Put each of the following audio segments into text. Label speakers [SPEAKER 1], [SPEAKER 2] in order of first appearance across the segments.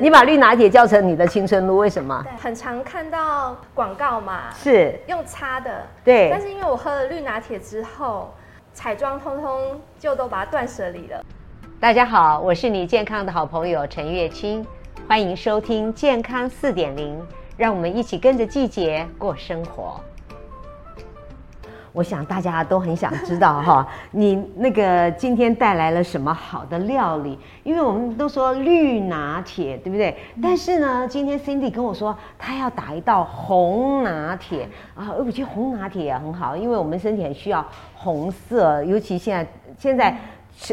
[SPEAKER 1] 你把绿拿铁叫成你的青春露，为什么？
[SPEAKER 2] 很常看到广告嘛，
[SPEAKER 1] 是，
[SPEAKER 2] 用擦的。
[SPEAKER 1] 对
[SPEAKER 2] 但是因为我喝了绿拿铁之后，彩妆通通就都把它断舍离了。
[SPEAKER 1] 大家好，我是你健康的好朋友陈月清，欢迎收听《健康四点零》，让我们一起跟着季节过生活。我想大家都很想知道哈， 你那个今天带来了什么好的料理？因为我们都说绿拿铁，对不对？但是呢，今天 Cindy 跟我说，她要打一道红拿铁啊，我觉得红拿铁也很好，因为我们身体很需要红色，尤其现在现在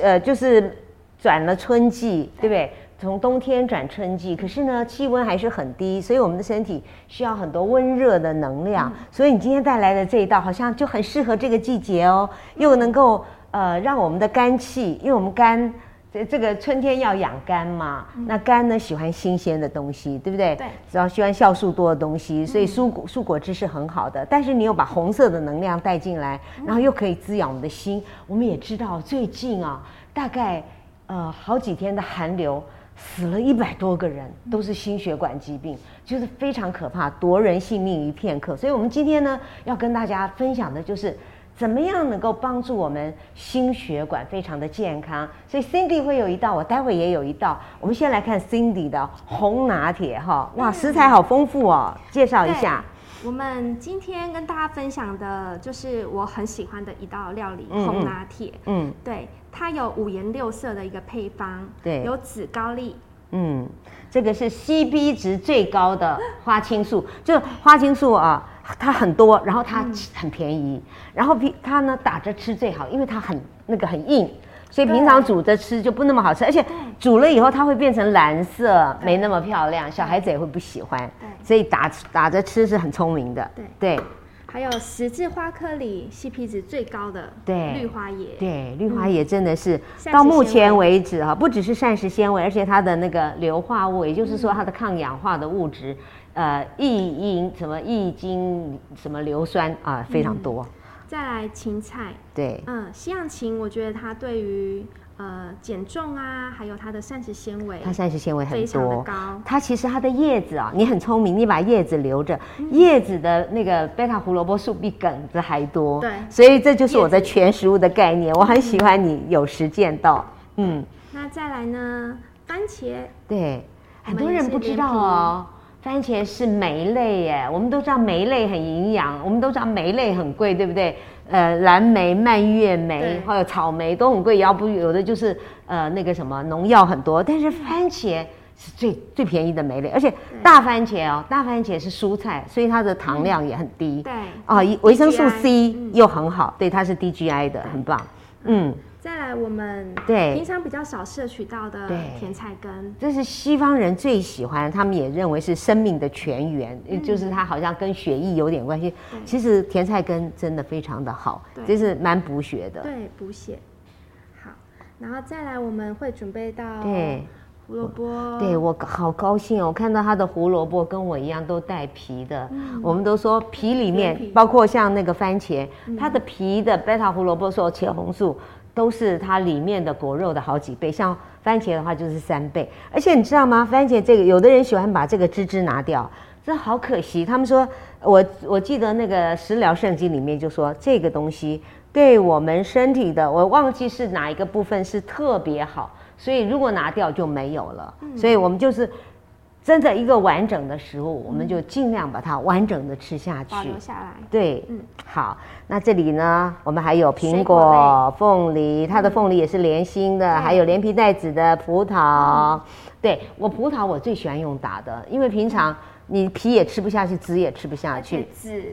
[SPEAKER 1] 呃就是转了春季，对不对？从冬天转春季，可是呢，气温还是很低，所以我们的身体需要很多温热的能量。所以你今天带来的这一道，好像就很适合这个季节哦，又能够呃让我们的肝气，因为我们肝这这个春天要养肝嘛，那肝呢喜欢新鲜的东西，对不对？
[SPEAKER 2] 对
[SPEAKER 1] 然后喜欢酵素多的东西，所以蔬果蔬果汁是很好的。但是你又把红色的能量带进来，然后又可以滋养我们的心。我们也知道最近啊，大概呃好几天的寒流。死了一百多个人，都是心血管疾病，就是非常可怕，夺人性命于片刻。所以，我们今天呢，要跟大家分享的就是怎么样能够帮助我们心血管非常的健康？所以 Cindy 会有一道，我待会也有一道。我们先来看 Cindy 的红拿铁哈，哇，食材好丰富哦，介绍一下。
[SPEAKER 2] 我们今天跟大家分享的就是我很喜欢的一道料理——
[SPEAKER 1] 嗯嗯
[SPEAKER 2] 红拿铁。
[SPEAKER 1] 嗯
[SPEAKER 2] 对，它有五颜六色的一个配方，
[SPEAKER 1] 对
[SPEAKER 2] 有紫高丽，
[SPEAKER 1] 嗯，这个是 CP 值最高的花青素，就花青素啊，它很多，然后它很便宜，然后比它呢打着吃最好，因为它很那个很硬。所以平常煮着吃就不那么好吃，而且煮了以后它会变成蓝色，
[SPEAKER 2] 对
[SPEAKER 1] 没那么漂亮，小孩子也会不喜欢。
[SPEAKER 2] 对
[SPEAKER 1] 所以打打着吃是很聪明的。对
[SPEAKER 2] 还有十字花科里 CP 值最高的
[SPEAKER 1] 对
[SPEAKER 2] 绿花椰。
[SPEAKER 1] 对，绿花也真的是、
[SPEAKER 2] 嗯膳食
[SPEAKER 1] 到目前
[SPEAKER 2] 纤
[SPEAKER 1] 为止哈、不只是膳食纤维，而且它的那个硫化物，也就是
[SPEAKER 2] 嗯
[SPEAKER 1] 说它的抗氧化的物质，呃，异因什么异精什么硫酸啊、非常多。
[SPEAKER 2] 再来芹菜，
[SPEAKER 1] 对，
[SPEAKER 2] 嗯，西洋芹，我觉得它对于呃减重啊，还有它的膳食纤维
[SPEAKER 1] 它膳食纤维很
[SPEAKER 2] 非常的
[SPEAKER 1] 多。
[SPEAKER 2] 高。
[SPEAKER 1] 它其实它的叶子啊，你很聪明，你把叶子留着，
[SPEAKER 2] 嗯
[SPEAKER 1] 叶子的那个贝塔胡萝卜素比梗子还多。
[SPEAKER 2] 对
[SPEAKER 1] 所以这就是我的全食物的概念，我很喜欢你有实践到。嗯，
[SPEAKER 2] 那再来呢，番茄，
[SPEAKER 1] 对，
[SPEAKER 2] 我
[SPEAKER 1] 很
[SPEAKER 2] 们
[SPEAKER 1] 多人不知道哦。番茄是莓类耶，我们都知道莓类很营养，我们都知道莓类很贵，对不对？呃，蓝莓、蔓越莓
[SPEAKER 2] 对
[SPEAKER 1] 还有草莓都很贵，要不有的就是呃那个什么农药很多，但是番茄是最最便宜的莓类，而且大番茄哦，大番茄是蔬菜，所以它的糖量也很低
[SPEAKER 2] 对，
[SPEAKER 1] 啊，以维生素
[SPEAKER 2] DGI
[SPEAKER 1] C 又很好，对，它是 DGI 的，很棒。嗯，
[SPEAKER 2] 再来我们
[SPEAKER 1] 对
[SPEAKER 2] 平常比较少摄取到的
[SPEAKER 1] 对
[SPEAKER 2] 甜菜根，
[SPEAKER 1] 这是西方人最喜欢，他们也认为是生命的泉源，
[SPEAKER 2] 嗯
[SPEAKER 1] 也就是它好像跟血液有点关系。其实甜菜根真的非常的好，
[SPEAKER 2] 对
[SPEAKER 1] 这是蛮补血的。
[SPEAKER 2] 对，补血。好，然后再来我们会准备到
[SPEAKER 1] 对，
[SPEAKER 2] 胡萝卜，
[SPEAKER 1] 对我好高兴哦！我看到他的胡萝卜跟我一样都带皮的，
[SPEAKER 2] 嗯
[SPEAKER 1] 我们都说皮里面
[SPEAKER 2] 连皮嗯
[SPEAKER 1] 包括像那个番茄，它的皮的贝塔胡萝卜素、茄红素都是它里面的果肉的好几倍，像番茄的话就是三倍。而且你知道吗？番茄这个有的人喜欢把这个汁汁拿掉，这好可惜。他们说我我记得那个食疗圣经里面就说这个东西对我们身体的，我忘记是哪一个部分是特别好，所以如果拿掉就没有了。
[SPEAKER 2] 嗯
[SPEAKER 1] 所以我们就是真的一个完整的食物，我们就尽量把它完整的吃下去。
[SPEAKER 2] 保留下来。
[SPEAKER 1] 对，
[SPEAKER 2] 嗯
[SPEAKER 1] 好，那这里呢，我们还有苹
[SPEAKER 2] 水
[SPEAKER 1] 果
[SPEAKER 2] 果、嗯
[SPEAKER 1] 凤梨，它的凤梨也是连心的，
[SPEAKER 2] 对嗯
[SPEAKER 1] 还有连皮带籽的葡萄。对我葡萄我最喜欢用打的，因为平常
[SPEAKER 2] 嗯
[SPEAKER 1] 你皮也吃不下去，籽也吃不下
[SPEAKER 2] 而且
[SPEAKER 1] 去。
[SPEAKER 2] 籽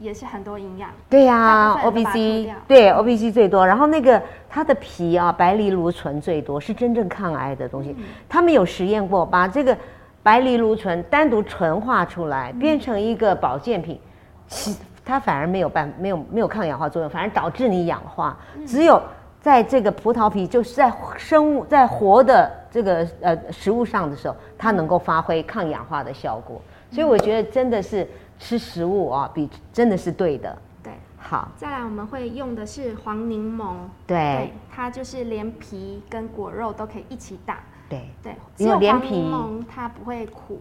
[SPEAKER 2] 也是很多营养，
[SPEAKER 1] 对呀、
[SPEAKER 2] 大
[SPEAKER 1] o
[SPEAKER 2] 部分
[SPEAKER 1] b
[SPEAKER 2] 人都把它
[SPEAKER 1] c
[SPEAKER 2] 吐掉
[SPEAKER 1] 对 OBC 最多，然后那个它的皮啊，白藜芦醇最多，是真正抗癌的东西。
[SPEAKER 2] 嗯
[SPEAKER 1] 他们有实验过，把这个白藜芦醇单独纯化出来，
[SPEAKER 2] 嗯
[SPEAKER 1] 变成一个保健品，其它反而没有办没有没有抗氧化作用，反而导致你氧化。
[SPEAKER 2] 嗯
[SPEAKER 1] 只有在这个葡萄皮，就是在生物在活的这个呃食物上的时候，它能够发挥抗氧化的效果。所以我觉得真的是吃食物啊，比真的是对的。
[SPEAKER 2] 对。
[SPEAKER 1] 好，
[SPEAKER 2] 再来我们会用的是黄柠檬，
[SPEAKER 1] 对
[SPEAKER 2] 对，它就是连皮跟果肉都可以一起打，
[SPEAKER 1] 对，
[SPEAKER 2] 对，只
[SPEAKER 1] 因为
[SPEAKER 2] 有
[SPEAKER 1] 连
[SPEAKER 2] 黄
[SPEAKER 1] 皮
[SPEAKER 2] 柠檬它不会苦，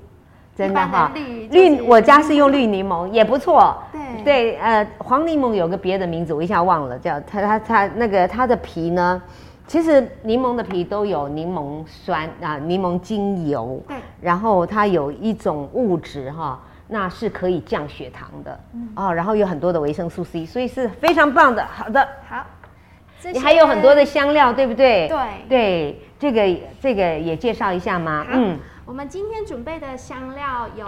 [SPEAKER 1] 真
[SPEAKER 2] 一
[SPEAKER 1] 的
[SPEAKER 2] 般
[SPEAKER 1] 哈、
[SPEAKER 2] 绿
[SPEAKER 1] 绿
[SPEAKER 2] 就是
[SPEAKER 1] 我家是用绿柠檬，也不错。
[SPEAKER 2] 对
[SPEAKER 1] 对，呃，黄柠檬有个别的名字，我一下忘了，叫它它它那个它的皮呢，其实柠檬的皮都有柠檬酸啊、柠檬精油，
[SPEAKER 2] 对，
[SPEAKER 1] 然后它有一种物质哈、那是可以降血糖的
[SPEAKER 2] 嗯
[SPEAKER 1] 哦，然后有很多的维生素 C，所以是非常棒的。好的，
[SPEAKER 2] 好，这
[SPEAKER 1] 你还有很多
[SPEAKER 2] 些
[SPEAKER 1] 的香料，对不对？
[SPEAKER 2] 对
[SPEAKER 1] 对，这个这个也介绍一下吗？嗯。
[SPEAKER 2] 我们今天准备的香料有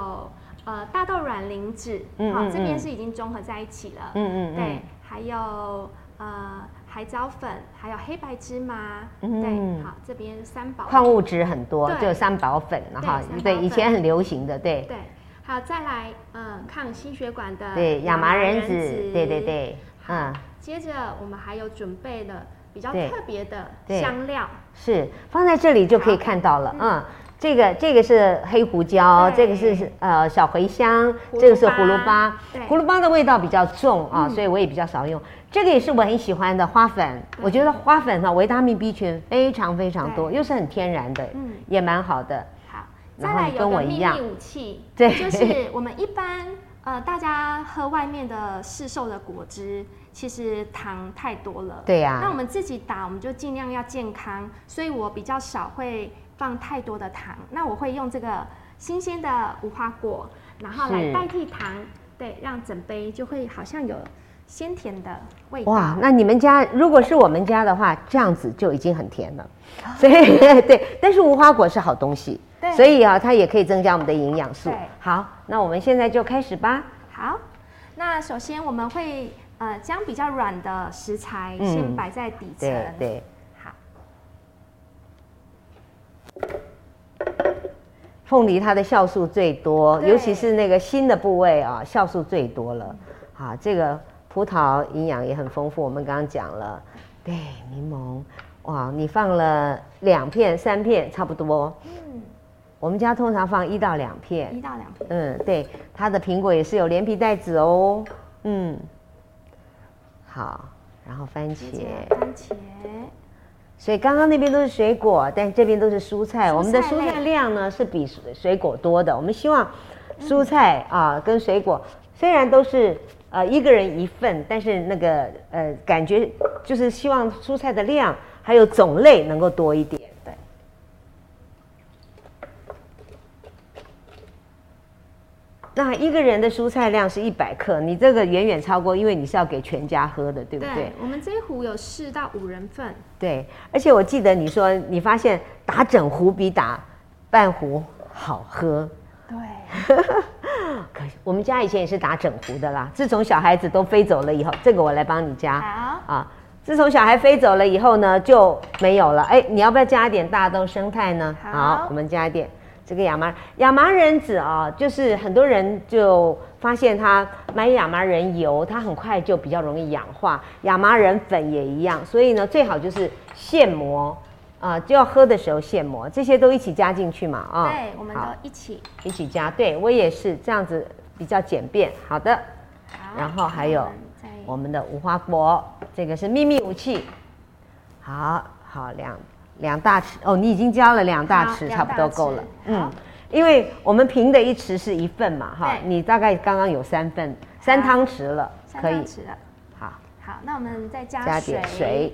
[SPEAKER 2] 呃大豆软磷脂，
[SPEAKER 1] 嗯
[SPEAKER 2] 好、
[SPEAKER 1] 嗯
[SPEAKER 2] 这边
[SPEAKER 1] 嗯
[SPEAKER 2] 是已经综合在一起了，
[SPEAKER 1] 嗯嗯
[SPEAKER 2] 对，还有呃海藻粉，还有黑白芝麻，
[SPEAKER 1] 嗯
[SPEAKER 2] 对，好，这边三宝，
[SPEAKER 1] 矿物质很多，
[SPEAKER 2] 对
[SPEAKER 1] 就三宝粉了哈
[SPEAKER 2] 对三宝。
[SPEAKER 1] 对，
[SPEAKER 2] 粉
[SPEAKER 1] 以前很流行的，对
[SPEAKER 2] 对，还有再来嗯抗心血管的
[SPEAKER 1] 对，亚麻仁子，对对，对，
[SPEAKER 2] 好
[SPEAKER 1] 嗯，
[SPEAKER 2] 接着我们还有准备了比较
[SPEAKER 1] 对
[SPEAKER 2] 特别的
[SPEAKER 1] 对
[SPEAKER 2] 香料，
[SPEAKER 1] 是放在这里就可以看到了，嗯。这个这个是黑胡椒，
[SPEAKER 2] 对
[SPEAKER 1] 这个是呃小茴香
[SPEAKER 2] 胡，
[SPEAKER 1] 这个是
[SPEAKER 2] 萝
[SPEAKER 1] 胡萝
[SPEAKER 2] 卜
[SPEAKER 1] 卜
[SPEAKER 2] 对，嗯
[SPEAKER 1] 胡萝卜的味道比较重啊，所以我也比较少用。这个也是我很喜欢的花粉，我觉得花粉啊哈维他命 B 群非常非常多，
[SPEAKER 2] 对
[SPEAKER 1] 又是很天然的
[SPEAKER 2] 嗯，
[SPEAKER 1] 也蛮好的。
[SPEAKER 2] 好，再
[SPEAKER 1] 然后
[SPEAKER 2] 来
[SPEAKER 1] 你
[SPEAKER 2] 有
[SPEAKER 1] 跟
[SPEAKER 2] 个
[SPEAKER 1] 我一
[SPEAKER 2] 秘
[SPEAKER 1] 样
[SPEAKER 2] 密武器，
[SPEAKER 1] 对
[SPEAKER 2] 就是我们一般呃大家喝外面的市售的果汁，其实糖太多了。
[SPEAKER 1] 对啊呀
[SPEAKER 2] 那我们自己打，我们就尽量要健康，所以我比较少会放太多的糖。那我会用这个新鲜的无花果，然后来
[SPEAKER 1] 是
[SPEAKER 2] 代替糖，对，让整杯就会好像有鲜甜的味道。
[SPEAKER 1] 哇，那你们家如果是我们家的话，这样子就已经很甜了。所以 对，但是无花果是好东西，
[SPEAKER 2] 对
[SPEAKER 1] 所以啊，它也可以增加我们的营养素
[SPEAKER 2] 对。
[SPEAKER 1] 好，那我们现在就开始吧。
[SPEAKER 2] 好，那首先我们会呃将比较软的食材
[SPEAKER 1] 嗯
[SPEAKER 2] 先摆在底层。
[SPEAKER 1] 对对，
[SPEAKER 2] 好，
[SPEAKER 1] 凤梨它的酵素最多，
[SPEAKER 2] 对
[SPEAKER 1] 尤其是那个心的部位啊，酵素最多了。好，这个葡萄营养也很丰富，我们刚刚讲了。对，柠檬，哇，你放了两片、三片差不多。
[SPEAKER 2] 嗯，
[SPEAKER 1] 我们家通常放一到两片。
[SPEAKER 2] 一到两片。
[SPEAKER 1] 嗯，对，它的苹果也是有连皮带籽哦。嗯，好，然后番
[SPEAKER 2] 接
[SPEAKER 1] 茄
[SPEAKER 2] 着。番茄，
[SPEAKER 1] 所以刚刚那边都是水果，但这边都是蔬菜。
[SPEAKER 2] 蔬菜
[SPEAKER 1] 我们的蔬
[SPEAKER 2] 类
[SPEAKER 1] 菜量呢是比水水果多的。我们希望蔬菜啊、跟水果虽然都是呃一个人一份，但是那个呃感觉就是希望蔬菜的量还有种类能够多一点。
[SPEAKER 2] 对，
[SPEAKER 1] 那一个人的蔬菜量是一百克，你这个远远超过，因为你是要给全家喝的，对不对？
[SPEAKER 2] 我们这一壶有四到五人份，
[SPEAKER 1] 对，而且我记得你说你发现打整壶比打半壶好喝，
[SPEAKER 2] 对，
[SPEAKER 1] 可是我们家以前也是打整壶的啦。自从小孩子都飞走了以后，这个我来帮你加
[SPEAKER 2] 好，
[SPEAKER 1] 啊。自从小孩飞走了以后呢，就没有了。哎，你要不要加一点大豆生态呢？
[SPEAKER 2] 好
[SPEAKER 1] 我们加一点这个亚麻亚麻仁籽啊，就是很多人就发现它买亚麻仁油，它很快就比较容易氧化。亚麻仁粉也一样，所以呢，最好就是现磨啊，就要喝的时候现磨，这些都一起加进去嘛啊。
[SPEAKER 2] 对，我们
[SPEAKER 1] 好
[SPEAKER 2] 都一起，
[SPEAKER 1] 一起加，对我也是这样子比较简便。好的，
[SPEAKER 2] 好
[SPEAKER 1] 然后还有
[SPEAKER 2] 我们再
[SPEAKER 1] 我们的无花果，这个是秘密武器。好好两两大匙哦，你已经加了两大
[SPEAKER 2] 好
[SPEAKER 1] 匙，
[SPEAKER 2] 两
[SPEAKER 1] 差不多
[SPEAKER 2] 大匙
[SPEAKER 1] 够了。嗯
[SPEAKER 2] 好，
[SPEAKER 1] 因为我们平的一匙是一份嘛，哈，
[SPEAKER 2] 对
[SPEAKER 1] 你大概刚刚有三份，三汤匙了，
[SPEAKER 2] 三
[SPEAKER 1] 可以
[SPEAKER 2] 汤。匙了，
[SPEAKER 1] 好，
[SPEAKER 2] 好，那我们再加
[SPEAKER 1] 加点水。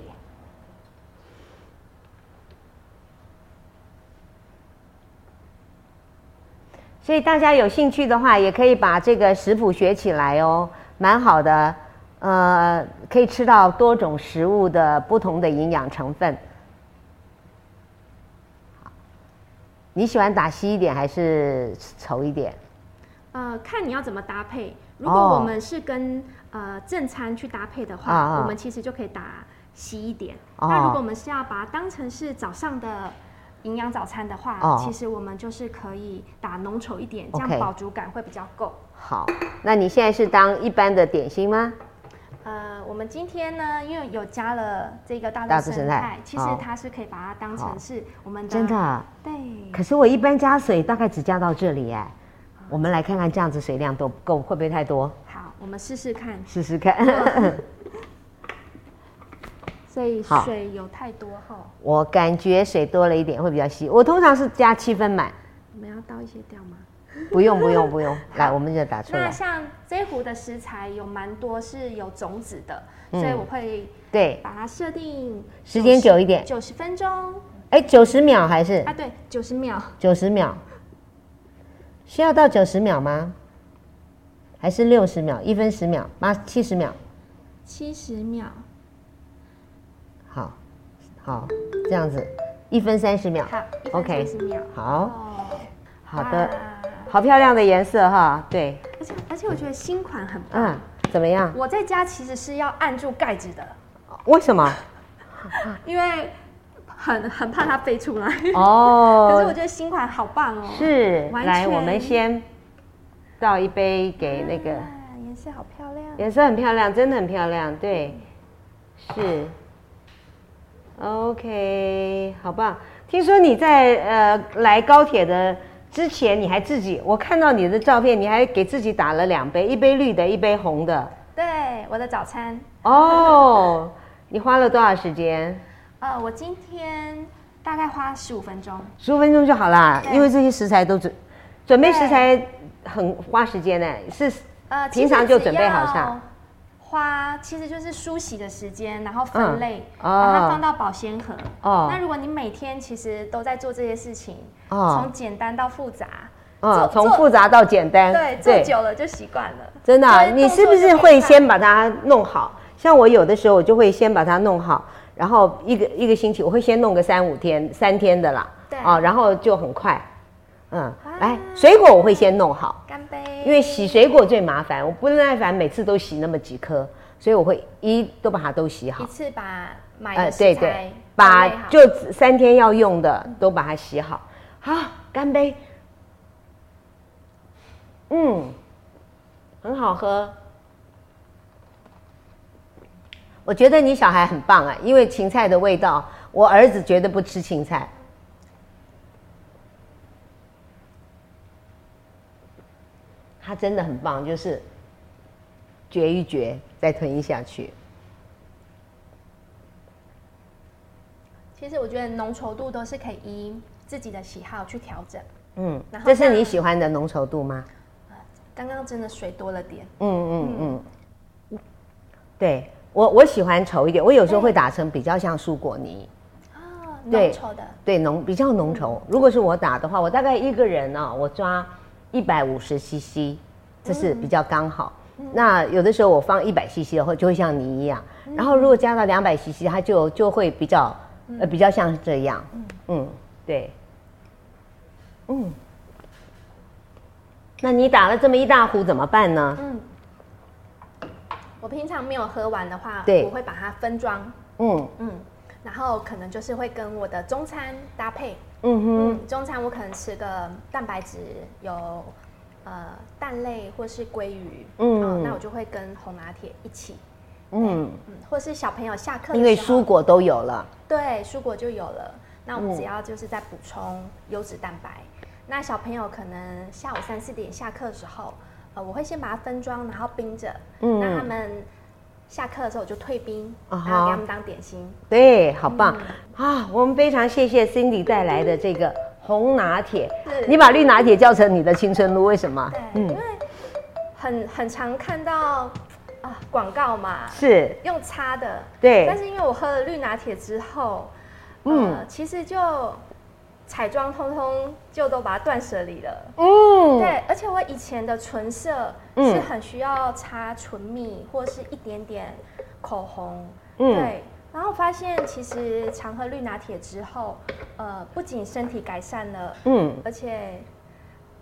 [SPEAKER 1] 所以大家有兴趣的话，也可以把这个食谱学起来哦，蛮好的。呃，可以吃到多种食物的不同的营养成分。你喜欢打稀一点还是稠一点？
[SPEAKER 2] 呃，看你要怎么搭配。如果
[SPEAKER 1] 哦
[SPEAKER 2] 我们是跟、呃正餐去搭配的话，
[SPEAKER 1] 啊啊
[SPEAKER 2] 我们其实就可以打稀一点。
[SPEAKER 1] 哦
[SPEAKER 2] 那如果我们是要把它当成是早上的营养早餐的话，
[SPEAKER 1] 哦
[SPEAKER 2] 其实我们就是可以打浓稠一点，这
[SPEAKER 1] OK
[SPEAKER 2] 样饱足感会比较够。
[SPEAKER 1] 好，那你现在是当一般的点心吗？
[SPEAKER 2] 呃，我们今天呢，因为有加了这个大
[SPEAKER 1] 大
[SPEAKER 2] 豆
[SPEAKER 1] 豆
[SPEAKER 2] 生
[SPEAKER 1] 生
[SPEAKER 2] 态
[SPEAKER 1] 菜，
[SPEAKER 2] 其实
[SPEAKER 1] 好
[SPEAKER 2] 它是可以把它当
[SPEAKER 1] 好
[SPEAKER 2] 成是我们的
[SPEAKER 1] 真的啊。
[SPEAKER 2] 对
[SPEAKER 1] 可是我一般加水大概只加到这里哎，我们来看看这样子水量够不够，会不会太多？ 哦
[SPEAKER 2] 好，我们试试看。
[SPEAKER 1] 试试看。
[SPEAKER 2] 所以
[SPEAKER 1] 好
[SPEAKER 2] 水有太多哈，
[SPEAKER 1] 我感觉水多了一点会比较稀，我通常是加七分满，
[SPEAKER 2] 我们要倒一些掉吗？
[SPEAKER 1] 不用不用不用，来我们就打出
[SPEAKER 2] 那
[SPEAKER 1] 来。
[SPEAKER 2] 像这一壶的食材有蛮多是有种子的，
[SPEAKER 1] 嗯
[SPEAKER 2] 所以我会
[SPEAKER 1] 对，
[SPEAKER 2] 把它设定
[SPEAKER 1] 时间久一点，
[SPEAKER 2] 九十分钟
[SPEAKER 1] 哎，九十秒还是
[SPEAKER 2] 啊，对，九十秒。
[SPEAKER 1] 九十秒？需要到九十秒吗？还是六十秒、一分十秒、八七十秒？
[SPEAKER 2] 七十秒，
[SPEAKER 1] 好，好，这样子，一分三十秒。
[SPEAKER 2] 好一分
[SPEAKER 1] OK
[SPEAKER 2] 三十秒。
[SPEAKER 1] 好，
[SPEAKER 2] 哦，
[SPEAKER 1] 好的，
[SPEAKER 2] 哇
[SPEAKER 1] 好漂亮的颜色哈。对，
[SPEAKER 2] 而且而且我觉得新款很棒。
[SPEAKER 1] 嗯，怎么样？
[SPEAKER 2] 我在家其实是要按住盖子的，
[SPEAKER 1] 为什么？嗯
[SPEAKER 2] 因为很很怕它飞出来。可是我
[SPEAKER 1] 哦，
[SPEAKER 2] 觉得新款好棒哦，
[SPEAKER 1] 是，
[SPEAKER 2] 完
[SPEAKER 1] 来，
[SPEAKER 2] 全
[SPEAKER 1] 我们先倒一杯给那个，
[SPEAKER 2] 啊颜色好漂亮。
[SPEAKER 1] 颜色很漂亮，真的很漂亮，对，是。OK，好棒！听说你在呃来高铁的之前，你还自己，我看到你的照片，你还给自己打了两杯，一杯绿的，一杯红的。
[SPEAKER 2] 对，我的早餐，
[SPEAKER 1] 哦，你花了多少时间？
[SPEAKER 2] 呃，我今天大概花十五分钟。
[SPEAKER 1] 十五分钟就好啦，
[SPEAKER 2] 对
[SPEAKER 1] 因为这些食材都准准备
[SPEAKER 2] 对
[SPEAKER 1] 食材很花时间呢、是
[SPEAKER 2] 呃，
[SPEAKER 1] 平常就准备好上。
[SPEAKER 2] 花其实就是梳洗的时间，然后
[SPEAKER 1] 嗯
[SPEAKER 2] 分类，
[SPEAKER 1] 哦
[SPEAKER 2] 把它放到保鲜盒。
[SPEAKER 1] 哦
[SPEAKER 2] 那如果你每天其实都在做这些事情，
[SPEAKER 1] 哦
[SPEAKER 2] 从简单到复杂，
[SPEAKER 1] 嗯
[SPEAKER 2] 做，
[SPEAKER 1] 从
[SPEAKER 2] 做
[SPEAKER 1] 复杂到简单，
[SPEAKER 2] 对，做久了就习惯了。
[SPEAKER 1] 真的啊、
[SPEAKER 2] 就是
[SPEAKER 1] 你
[SPEAKER 2] 动
[SPEAKER 1] 是
[SPEAKER 2] 作
[SPEAKER 1] 不是
[SPEAKER 2] 就
[SPEAKER 1] 会
[SPEAKER 2] 变快
[SPEAKER 1] 先把它弄好？像我有的时候，我就会先把它弄好，然后一个一个星期，我会先弄个三五天、三天的啦，
[SPEAKER 2] 对啊
[SPEAKER 1] 啊，然后就很快，嗯，
[SPEAKER 2] 哇
[SPEAKER 1] 来，水果我会先弄好，
[SPEAKER 2] 干杯？
[SPEAKER 1] 因为洗水果最麻烦，我不耐烦每次都洗那么几颗，所以我会一都把它都洗好
[SPEAKER 2] 一，次把买
[SPEAKER 1] 呃
[SPEAKER 2] 的食材
[SPEAKER 1] 把
[SPEAKER 2] 分类好
[SPEAKER 1] 就三天要用的都把它洗好，好，干杯，嗯，很好喝。我觉得你小孩很棒啊，因为芹菜的味道，我儿子绝对不吃芹菜。他真的很棒，就是嚼一嚼，再吞一下去。
[SPEAKER 2] 其实我觉得浓稠度都是可以依自己的喜好去调整。
[SPEAKER 1] 嗯
[SPEAKER 2] 然，后
[SPEAKER 1] 这是
[SPEAKER 2] 像
[SPEAKER 1] 你喜欢的浓稠度吗？
[SPEAKER 2] 刚刚真的水多了点，
[SPEAKER 1] 嗯嗯嗯，对我我喜欢稠一点，我有时候会打成比较像蔬果泥，
[SPEAKER 2] 哦，浓
[SPEAKER 1] 对
[SPEAKER 2] 稠的，
[SPEAKER 1] 对浓比较浓稠。如果是我打的话，我大概一个人呢、我抓一百五十 CC，这是比较刚好。
[SPEAKER 2] 嗯
[SPEAKER 1] 那有的时候我放一百 CC 的话，就会像泥一样。
[SPEAKER 2] 嗯
[SPEAKER 1] 然后如果加到两百 CC，它就就会比较
[SPEAKER 2] 嗯
[SPEAKER 1] 呃比较像是这样。嗯，对，嗯。那你打了这么一大壶怎么办呢？
[SPEAKER 2] 嗯。我平常没有喝完的话，
[SPEAKER 1] 对
[SPEAKER 2] 我会把它分装，
[SPEAKER 1] 嗯
[SPEAKER 2] 嗯，然后可能就是会跟我的中餐搭配，
[SPEAKER 1] 嗯哼。
[SPEAKER 2] 嗯，中餐我可能吃个蛋白质有呃蛋类或是鲑鱼，
[SPEAKER 1] 嗯
[SPEAKER 2] 嗯、那我就会跟红拿铁一起，
[SPEAKER 1] 嗯，
[SPEAKER 2] 嗯，或是小朋友下课的
[SPEAKER 1] 因为
[SPEAKER 2] 时候
[SPEAKER 1] 蔬果都有了，
[SPEAKER 2] 对，蔬果就有了。那我
[SPEAKER 1] 嗯
[SPEAKER 2] 们只要就是在补充优质蛋白。那小朋友可能下午三四点下课的时候，呃，我会先把它分装，然后冰着，
[SPEAKER 1] 嗯
[SPEAKER 2] 让他们下课的时候我就退冰，
[SPEAKER 1] 啊
[SPEAKER 2] 然
[SPEAKER 1] 哈
[SPEAKER 2] 后给他们当点心。
[SPEAKER 1] 对，好棒、
[SPEAKER 2] 嗯
[SPEAKER 1] 啊！我们非常谢谢 Cindy 带来的这个红拿铁，
[SPEAKER 2] 是
[SPEAKER 1] 你把绿拿铁叫成你的青春露，为什么
[SPEAKER 2] 对？，因
[SPEAKER 1] 嗯，
[SPEAKER 2] 为很很常看到啊广告嘛，
[SPEAKER 1] 是，
[SPEAKER 2] 用擦的，
[SPEAKER 1] 对嗯
[SPEAKER 2] 但是因为我喝了绿拿铁之后，呃，其实就彩妆通通就都把它断舍离了。
[SPEAKER 1] 嗯，
[SPEAKER 2] 对，而且我以前的唇色
[SPEAKER 1] 嗯
[SPEAKER 2] 是很需要擦唇蜜或是一点点口红，
[SPEAKER 1] 嗯
[SPEAKER 2] 对。然后发现其实常喝绿拿铁之后，呃，不仅身体改善了，
[SPEAKER 1] 嗯，
[SPEAKER 2] 而且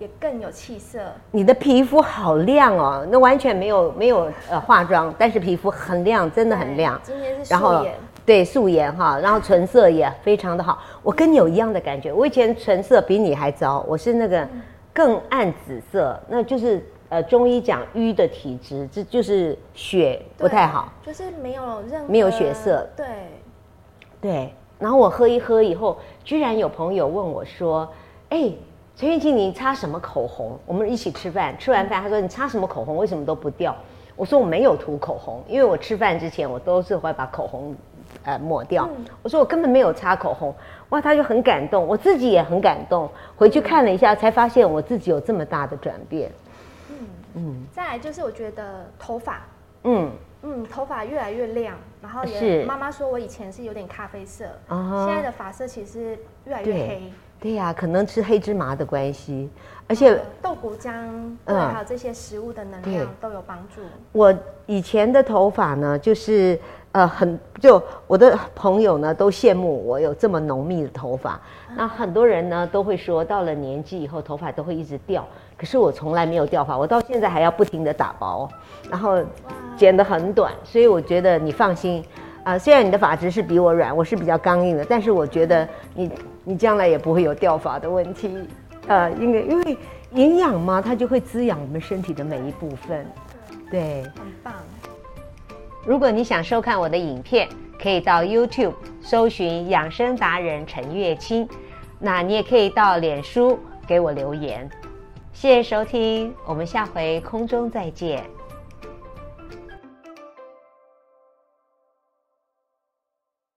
[SPEAKER 2] 也更有气色。
[SPEAKER 1] 你的皮肤好亮哦，那完全没有没有呃化妆，但是皮肤很亮，真的很
[SPEAKER 2] 对
[SPEAKER 1] 亮。
[SPEAKER 2] 今天是
[SPEAKER 1] 然
[SPEAKER 2] 素
[SPEAKER 1] 后
[SPEAKER 2] 颜，
[SPEAKER 1] 对素颜哈，然后唇色也非常的好。我跟你有一样的感觉，我以前唇色比你还糟，我是那
[SPEAKER 2] 嗯
[SPEAKER 1] 个更暗紫色，那就是呃中医讲瘀的体质，这就是血不
[SPEAKER 2] 对
[SPEAKER 1] 太好。，
[SPEAKER 2] 就是没有任何
[SPEAKER 1] 没有血色。
[SPEAKER 2] 对，
[SPEAKER 1] 对，然后我喝一喝以后，居然有朋友问我说：“哎，陈玉庆，你擦什么口红？”我们一起吃饭，吃完饭他说：“你擦什么口红？为什么都不掉？”我说：“我没有涂口红，因为我吃饭之前我都是会把口红呃抹掉。我说我根本没有擦口红，哇，他就很感动，我自己也很感动。回去看了一下，才发现我自己有这么大的转变。
[SPEAKER 2] 再来就是我觉得头发，
[SPEAKER 1] 嗯，
[SPEAKER 2] 嗯，头发越来越亮，然后
[SPEAKER 1] 啊是
[SPEAKER 2] 也妈妈说我以前是有点咖啡色，
[SPEAKER 1] 啊哈
[SPEAKER 2] 现在的发色其实越来越
[SPEAKER 1] 对
[SPEAKER 2] 黑。
[SPEAKER 1] 对呀、可能吃黑芝麻的关系，而且
[SPEAKER 2] 呃豆谷浆，对，
[SPEAKER 1] 嗯
[SPEAKER 2] 还有这些食物的能
[SPEAKER 1] 对
[SPEAKER 2] 量都有帮助。
[SPEAKER 1] 我以前的头发呢，就是呃很就我的朋友呢都羡慕我有这么浓密的头发。那很多人呢都会说，到了年纪以后头发都会一直掉，可是我从来没有掉发，我到现在还要不停的打薄，然后剪得很短，所以我觉得你放心。啊、虽然你的发质是比我软，我是比较刚硬的，但是我觉得你你将来也不会有掉发的问题，呃，因为因为营养嘛，它就会滋养我们身体的每一部分，对。
[SPEAKER 2] 很棒。
[SPEAKER 1] 如果你想收看我的影片，可以到 YouTube 搜寻“养生达人陈月清”，那你也可以到脸书给我留言。谢谢收听，我们下回空中再见。